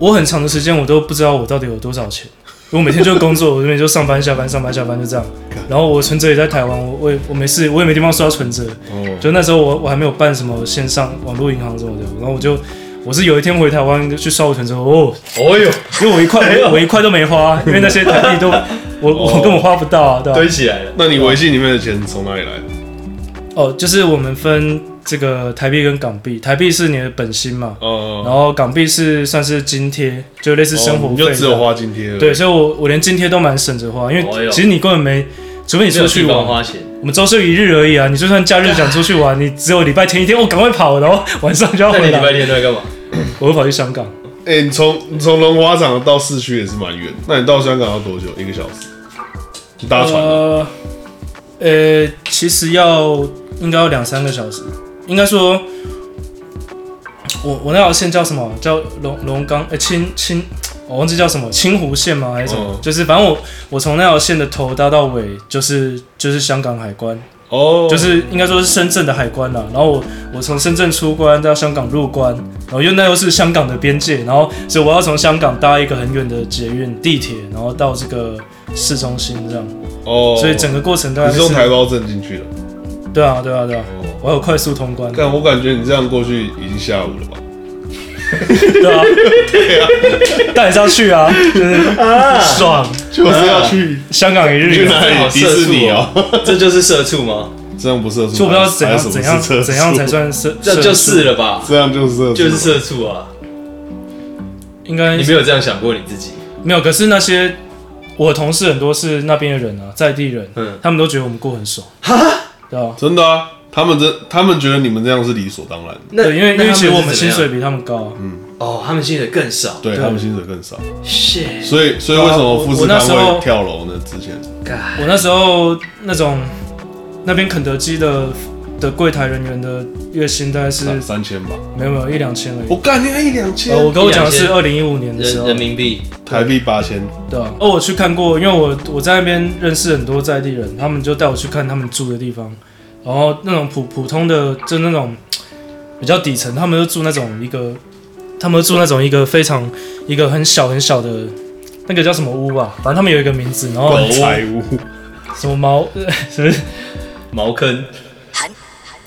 Speaker 4: 我很长的时间我都不知道我到底有多少钱，我每天就工作，我 这边就上班下班上班下班就这样。然后我存折也在台湾，我我也我没事，我也没地方刷存折。
Speaker 3: 哦
Speaker 4: 就那时候我我还没有办什么线上网络银行什么的，然后我就我是有一天回台湾就去刷我存折，哦，
Speaker 1: 哦呦，
Speaker 4: 因为我一块 我我一块都没花，因为那些台币都我
Speaker 3: 哦
Speaker 4: 我根本花不到啊，对吧、
Speaker 1: 堆起来了。
Speaker 3: 那你微信里面的钱从哪里来？
Speaker 4: 哦，就是我们分这个台币跟港币，台币是你的本薪嘛，然
Speaker 3: 哦，
Speaker 4: 后港币是算是津贴，就类似生活
Speaker 3: 哦
Speaker 4: 费
Speaker 3: 你
Speaker 4: 这样。
Speaker 3: 就只有花津贴了。
Speaker 4: 对，所以我我连津贴都蛮省着花，因
Speaker 1: 哦
Speaker 4: 为
Speaker 1: 哟
Speaker 4: 其实你根本没，除非你
Speaker 1: 没有
Speaker 4: 出
Speaker 1: 地
Speaker 4: 去
Speaker 1: 方
Speaker 4: 玩，
Speaker 1: 花钱，
Speaker 4: 我们周休一日而已啊。你就算假日想出去玩，你只有礼拜天一天，哦我赶快跑，然后晚上就要
Speaker 1: 那你
Speaker 4: 回
Speaker 1: 礼拜
Speaker 4: 来，
Speaker 1: 天都在干嘛？
Speaker 4: 我会跑去香港。
Speaker 3: 哎，你从你从龙华厂到市区也是蛮远，那你到香港要多久？一个小时？你搭船啊？
Speaker 4: 呃，呃，其实要应该要两三个小时，应该说，我我那条线叫什么？叫龙龙岗，呃，清清，我忘记叫什么，清湖线吗？还是什么？
Speaker 3: 嗯
Speaker 4: 就是反正我我从那条线的头搭到尾，就是就是香港海关。
Speaker 3: 哦，
Speaker 4: 就是应该说是深圳的海关啦。然后我我从深圳出关到香港入关，然后又那又是香港的边界，然后所以我要从香港搭一个很远的捷运地铁，然后到这个市中心这样，
Speaker 3: 哦，
Speaker 4: 所以整个过程大概
Speaker 3: 你是用
Speaker 4: 是
Speaker 3: 台胞证进去的。
Speaker 4: 对啊对啊对啊
Speaker 3: 哦，
Speaker 4: 我有快速通关，
Speaker 3: 但我感觉你这样过去已经下午了吧？
Speaker 4: 对啊，但还是要去啊，就是爽，
Speaker 3: 啊就是要去
Speaker 4: 香港一日游。
Speaker 3: 哪里
Speaker 1: 好
Speaker 3: 迪士尼哦
Speaker 1: 社畜哦，这就是社畜吗？
Speaker 3: 这样不是
Speaker 4: 就我不知道怎样怎样
Speaker 3: 社畜
Speaker 4: 怎样才，算是，
Speaker 1: 这就是了吧？
Speaker 3: 这样就是社畜
Speaker 1: 就是社畜啊！
Speaker 4: 应该
Speaker 1: 你没有这样想过你自己？
Speaker 4: 没有，可是那些我同事很多是那边的人啊，在地人，
Speaker 1: 嗯
Speaker 4: 他们都觉得我们过很爽，对啊，
Speaker 3: 真的啊。他们这，他们觉得你们这样是理所当然的，
Speaker 1: 那
Speaker 4: 对，因为因为其实我
Speaker 1: 那他
Speaker 4: 们
Speaker 1: 是怎
Speaker 4: 薪
Speaker 1: 么样
Speaker 4: 水比他们高啊，
Speaker 1: 哦，他们薪水更少。
Speaker 3: 对他们薪水更少，
Speaker 1: ，shit，
Speaker 3: 所以所以为什么富士
Speaker 4: 我那
Speaker 3: 康
Speaker 4: 时候
Speaker 3: 会跳
Speaker 1: 嗯
Speaker 3: 楼呢？之前
Speaker 4: 我那时候那种那边肯德基的的柜台人员的月薪大概是
Speaker 3: 三三千吧。
Speaker 4: 没有没有一两千而已。
Speaker 3: 我干，你看一两千
Speaker 4: 呃，，
Speaker 1: 哦
Speaker 4: 我跟我讲的是
Speaker 1: 一两千
Speaker 4: 二零一五年的时
Speaker 1: 人
Speaker 4: 候，
Speaker 1: 人民币
Speaker 3: 台币八千，
Speaker 4: 对啊。哦，我去看过，因为我我在那边认识很多在地人，他们就带我去看他们住的地方，然后那种普普通的，就那种比较底层，他们就住那种一个，他们住那种一个非常一个很小很小的。那个叫什么屋吧，反正他们有一个名字，然后
Speaker 3: 棺材屋，
Speaker 4: 什么毛，什么
Speaker 1: 茅坑，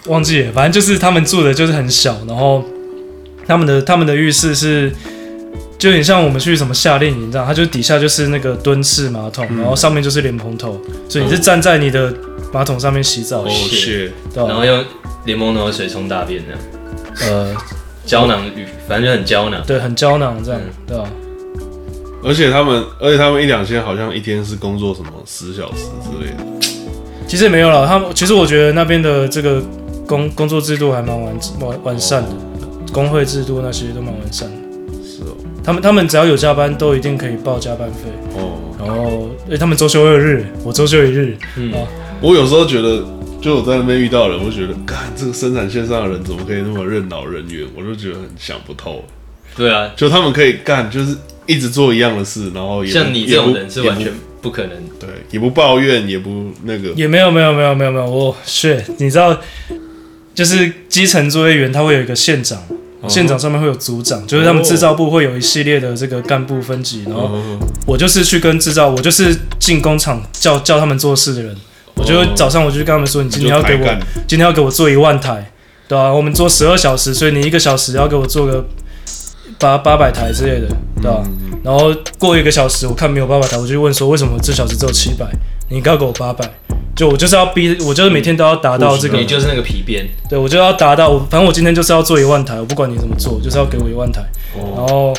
Speaker 4: 忘记了，反正就是他们住的就是很小，然后他们的他们的浴室是就有点像我们去什么夏令营这样，它就底下就是那个蹲式马桶，
Speaker 3: 嗯
Speaker 4: 然后上面就是莲蓬头，所以你是站在你的马桶上面洗澡，
Speaker 3: 哦
Speaker 1: 是
Speaker 3: shit，
Speaker 4: 对啊吧
Speaker 1: Oh，然后用柠檬头的水冲大便这样，
Speaker 4: 呃，
Speaker 1: 胶囊浴，反正就很胶囊。
Speaker 4: 对，很胶囊这样，
Speaker 3: 嗯
Speaker 4: 对吧、啊
Speaker 3: 而且他们，而且他们一两千好像一天是工作什么十小时之类的，
Speaker 4: 其实也没有了，他们其实我觉得那边的这个工工作制度还蛮完完完善的，
Speaker 3: 哦
Speaker 4: 工会制度那些都蛮完善的。
Speaker 3: 是哦，
Speaker 4: 他们他们只要有加班，都一定可以报加班费。
Speaker 3: 哦，
Speaker 4: 然后，哎、他们周休二日，我周休一日，
Speaker 3: 我有时候觉得，就我在那边遇到的人，我就觉得，干这个生产线上的人怎么可以那么任劳任怨，我就觉得很想不透，
Speaker 1: 对啊，
Speaker 3: 就他们可以干，就是一直做一样的事，然后也不
Speaker 1: 像你这种
Speaker 3: 也
Speaker 1: 人
Speaker 3: 不
Speaker 1: 是完
Speaker 3: 也
Speaker 1: 全
Speaker 3: 不
Speaker 1: 不可能。
Speaker 3: 对，也不抱怨，也不那个，
Speaker 4: 也没有没有没有没有没有，我是你知道，就是基层作业员他会有一个县长，县长上面会有组长，就是他们制造部会有一系列的这个干部分级，然
Speaker 1: 嗯
Speaker 4: 后
Speaker 3: 哦
Speaker 4: 我就是去跟制造，我就是进工厂叫叫他们做事的人，我就早上我就跟他们说，你今天要给
Speaker 3: 就抬
Speaker 4: 我
Speaker 3: 干
Speaker 4: 今天要给我做一万台，对啊，我们做十二小时，所以你一个小时要给我做个八八百台之类的，对吧、然后过一个小时，我看没有八百台，我就问说为什么这小时只有七百？你刚给我八百，就我就是要逼，我就是每天都要达到这个
Speaker 1: 你，就是那个皮鞭，
Speaker 4: 对我就要达到，我反正我今天就是要做一万台，我不管你怎么做，就是要给我一万台。
Speaker 1: 哦
Speaker 4: 然后，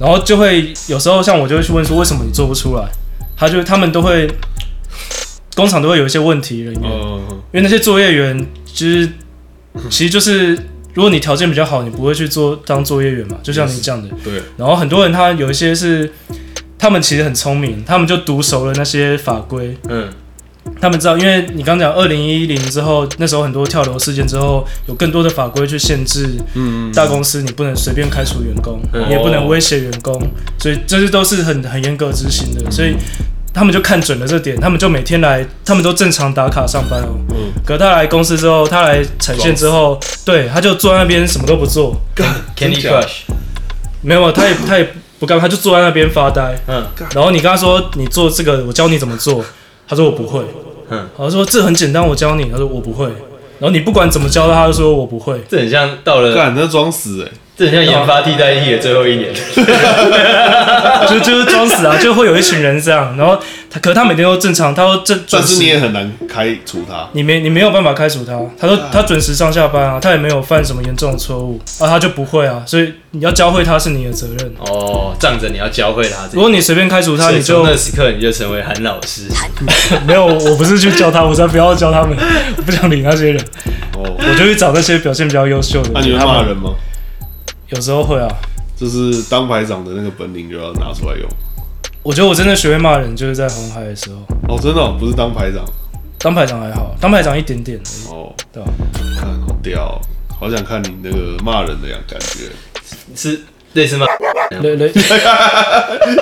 Speaker 4: 然后就会有时候像我就会去问说为什么你做不出来，他就他们都会工厂都会有一些问题人员，
Speaker 3: 嗯，
Speaker 4: 因为那些作业员其实其实就是，如果你条件比较好，你不会去做当作业员嘛，就像你讲的。
Speaker 3: 对，
Speaker 4: 然后很多人他有一些是，他们其实很聪明，他们就读熟了那些法规，
Speaker 1: 嗯，
Speaker 4: 他们知道，因为你刚讲二零一零之后，那时候很多跳楼事件之后，有更多的法规去限制，嗯，大公司你不能随便开除员工，
Speaker 1: 嗯
Speaker 4: 你也不能威胁员工，所以这些都是很很严格执行的，所以。他们就看准了这点，他们就每天来，他们都正常打卡上班哦。嗯，可他来公司之后，他来产线之后，对，他就坐在那边什么都不做，
Speaker 1: Candy
Speaker 3: 假的
Speaker 1: Crush，
Speaker 4: 没有，啊他也他也不干嘛，他就坐在那边发呆。
Speaker 1: 嗯，
Speaker 4: 然后你跟他说你做这个，我教你怎么做，他说我不会。
Speaker 1: 嗯，
Speaker 4: 然后说这很简单，我教你，他说我不会。然后你不管怎么教他，他就说我不会。
Speaker 1: 这很像到了，
Speaker 3: 干那装死哎，
Speaker 1: 这很像研发替代役的最后一 年。
Speaker 4: 就就是装死啊，就会有一群人这样。然后他，可是他每天都正常，他都正
Speaker 3: 但
Speaker 4: 准
Speaker 3: 是你
Speaker 4: 时。
Speaker 3: 也很难开除他，
Speaker 4: 你没你没有办法开除他，他说他准时上下班啊，他也没有犯什么严重的错误啊，他就不会啊，所以你要教会他是你的责任。
Speaker 1: 哦，仗着你要教会他这
Speaker 4: 如
Speaker 1: 个，
Speaker 4: 果你随便开除他，
Speaker 1: 所
Speaker 4: 你
Speaker 1: 以从
Speaker 4: 就
Speaker 1: 那时刻你就成为韩老师。
Speaker 4: 没有，我不是去教他，我才不要教他们， 我不想理那些人，
Speaker 3: 哦，
Speaker 4: 我就去找那些表现比较优秀的。
Speaker 3: 那你会骂人？吗？
Speaker 4: 有时候会啊，
Speaker 3: 就是当排长的那个本领就要拿出来用。
Speaker 4: 我觉得我真的学会骂人，就是在红海的时候，
Speaker 3: 哦，真的、哦、不是当排长
Speaker 4: 当排长还好，当排长一点点而已，
Speaker 3: 哦，
Speaker 4: 对啊吧、
Speaker 3: 看好屌哦、好想看你那个骂人的样感觉。
Speaker 1: 是类 似吗？
Speaker 4: 类类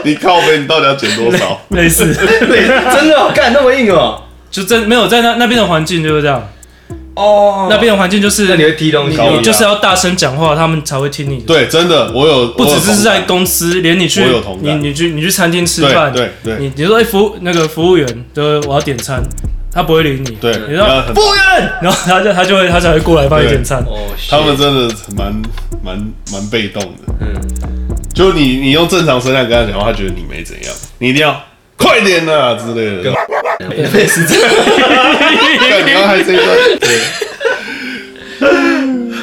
Speaker 3: 你靠背，你到底要减多少？
Speaker 4: 类似，
Speaker 1: 真的哦，干那么硬哦。
Speaker 4: 就真没有在那那边的环境就是这样，
Speaker 1: 哦，
Speaker 4: 那边的环境就是
Speaker 1: 那你会踢东西
Speaker 3: 高
Speaker 1: 吗
Speaker 4: 你就是要大声讲话，他们才会听你的。，
Speaker 3: 对，真的，我有，
Speaker 4: 不只
Speaker 3: 我有
Speaker 4: 是
Speaker 3: 同
Speaker 4: 在
Speaker 3: 感
Speaker 4: 公司，连你去
Speaker 3: 我有同
Speaker 4: 你
Speaker 3: 感
Speaker 4: 你去你去餐厅吃饭，
Speaker 3: 对对对
Speaker 4: 你你说哎服务那个服务员，对，我要点餐，他不会理你，
Speaker 3: 对，
Speaker 4: 你
Speaker 3: 然后
Speaker 4: 说
Speaker 3: 很
Speaker 4: 服务员， 然后他就他就会他才会过来帮你
Speaker 3: 对
Speaker 4: 点餐。
Speaker 1: 哦，shit
Speaker 3: 他们真的蛮蛮蛮被动的。
Speaker 1: 嗯，
Speaker 3: 就你你用正常声量跟他讲话，他觉得你没怎样，你一定要快点呐、之 类的。
Speaker 1: 类似这 样。
Speaker 3: 干你要害这一段，对，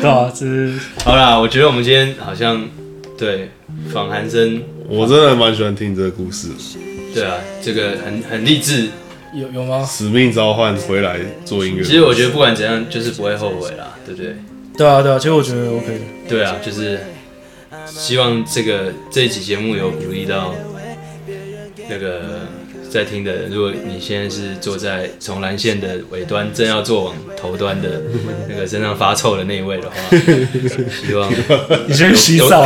Speaker 4: 对啊，这是
Speaker 1: 好啦，我觉得我们今天好像对访韩生，
Speaker 3: 我真的蛮喜欢听你这个故事。
Speaker 1: 对啊，这个很很励志。
Speaker 4: 有有吗？
Speaker 3: 使命召唤回来做音乐，
Speaker 1: 其实我觉得不管怎样，就是不会后悔啦，对不对？
Speaker 4: 对啊，对啊，其实我觉得 OK 的。
Speaker 1: 对啊，就是希望这个这一期节目有鼓励到那个在听的人，如果你现在是坐在从蓝线的尾端，正要坐往头端的那个身上发臭的那一位的话，希望
Speaker 8: 你先去洗澡，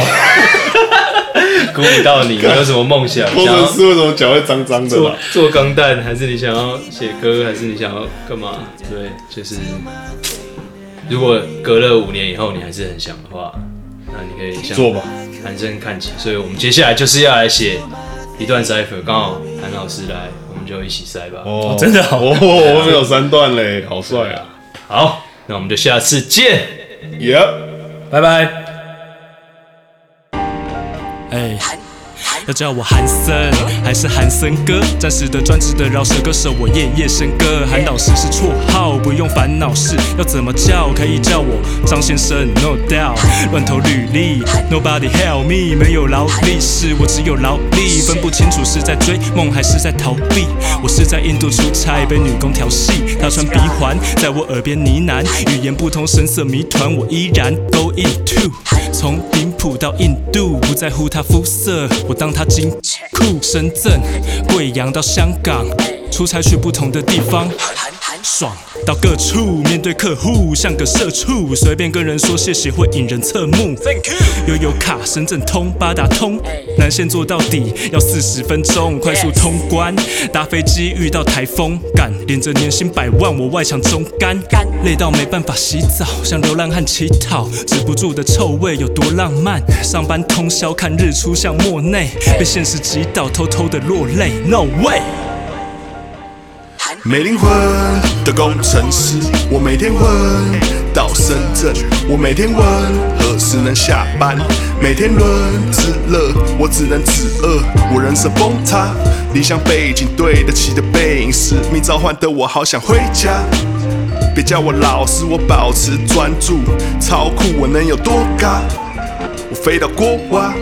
Speaker 1: 鼓舞到你，你有什么梦想？
Speaker 3: 工
Speaker 1: 想
Speaker 3: 程
Speaker 1: 要
Speaker 3: 师为什么脚会脏脏的
Speaker 1: 做
Speaker 3: 啦？
Speaker 1: 做钢弹，还是你想要写歌，还是你想要干嘛？对，就是如果隔了五年以后你还是很想的话，那你可以向
Speaker 3: 做吧，
Speaker 1: 男生看齐。所以我们接下来就是要来写一段 cipher，刚好韩老师来，我们就一起塞吧。
Speaker 3: 哦，
Speaker 8: 真的好
Speaker 3: 哦，我们有三段嘞，好帅啊
Speaker 1: 好，那我们就下次见。
Speaker 3: ！Yep。
Speaker 8: 拜拜。
Speaker 4: 哎，要叫我韩森还是韩森哥？暂时的、专职的饶舌歌手，我夜夜笙歌。韩老师是绰号，不用烦恼事。要怎么叫？可以叫我张先生，no doubt。乱投履历，nobody help me，没有劳力士，我只有劳力。分不清楚是在追梦还是在逃避。我是在印度出差，被女工调戏，她穿鼻环，在我耳边呢喃，语言不通，神色谜团，我依然 go into。从林浦到印度，不在乎他肤色，我当他金库。深圳、贵阳到香港，出差去不同的地方，爽到各处，面对客户像个社畜，随便跟人说谢谢会引人侧目。悠游卡、深圳通、八达通，南线坐到底要四十分钟，快速通关。搭飞机遇到台风，干连着年薪百万，我外强中干，累到没办法洗澡，像流浪汉乞讨，止不住的臭味有多浪漫。上班通宵看日出，像莫内，被现实击倒，偷偷的落泪。No way。
Speaker 7: 没灵魂的工程师，我每天问到深圳，我每天问何时能下班，每天论资乐，我只能止饿，我人生崩塌，理想背景对得起的背影，使命召唤的我好想回家。别叫我老师，我保持专注，超酷我能有多高？我飞到国外，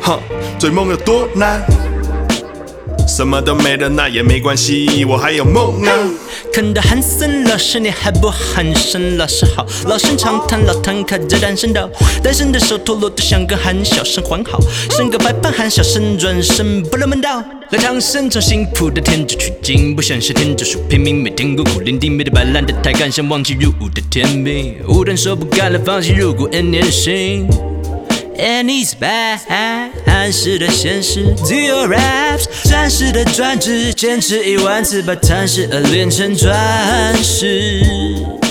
Speaker 7: 哼，追梦有多难？什么都没了，那也没关系，我还有梦啊。
Speaker 6: 看到寒森老师，你还不喊声老师好？老生常谈，老谈卡着单身道，单身的手脱落的像个喊小声还好，伸个白胖喊小声转身不露门道。来唐僧从辛苦的天竺取经，不想是天竺鼠平民，每天孤苦伶仃，没得摆烂的抬杠，像忘记入伍的天兵。无端说不干了，放弃入股 N 年薪。And he's back，暗示的现实，Zero raps，暂时的专职，坚持一万次把贪食而练成钻石。